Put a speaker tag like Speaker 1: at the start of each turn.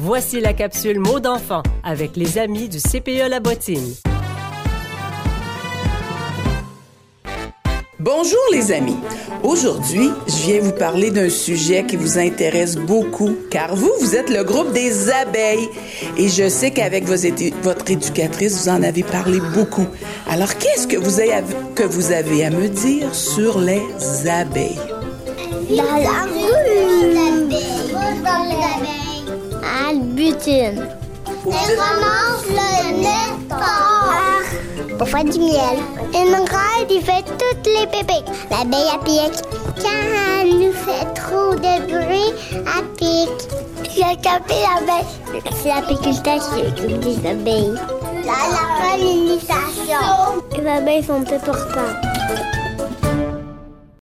Speaker 1: Voici la capsule mots d'enfant avec les amis du CPE La Bottine.
Speaker 2: Bonjour les amis. Aujourd'hui, je viens vous parler d'un sujet qui vous intéresse beaucoup car vous, vous êtes le groupe des abeilles et je sais qu'avec vos édu- votre éducatrice, vous en avez parlé beaucoup. Alors, qu'est-ce que vous avez à- que vous avez à me dire sur les abeilles?
Speaker 3: Dans la rue. Dans l'abeille. Elle butine. Elle ramasse le nectar. Pour faire du miel. Une reine, il fait toutes les bébés. L'abeille, elle pique. Quand elle nous fait trop de bruit, elle pique. J'ai capé l'abeille. C'est l'apiculteur qui s'occupe des abeilles. La, la pollinisation. Les abeilles sont importantes.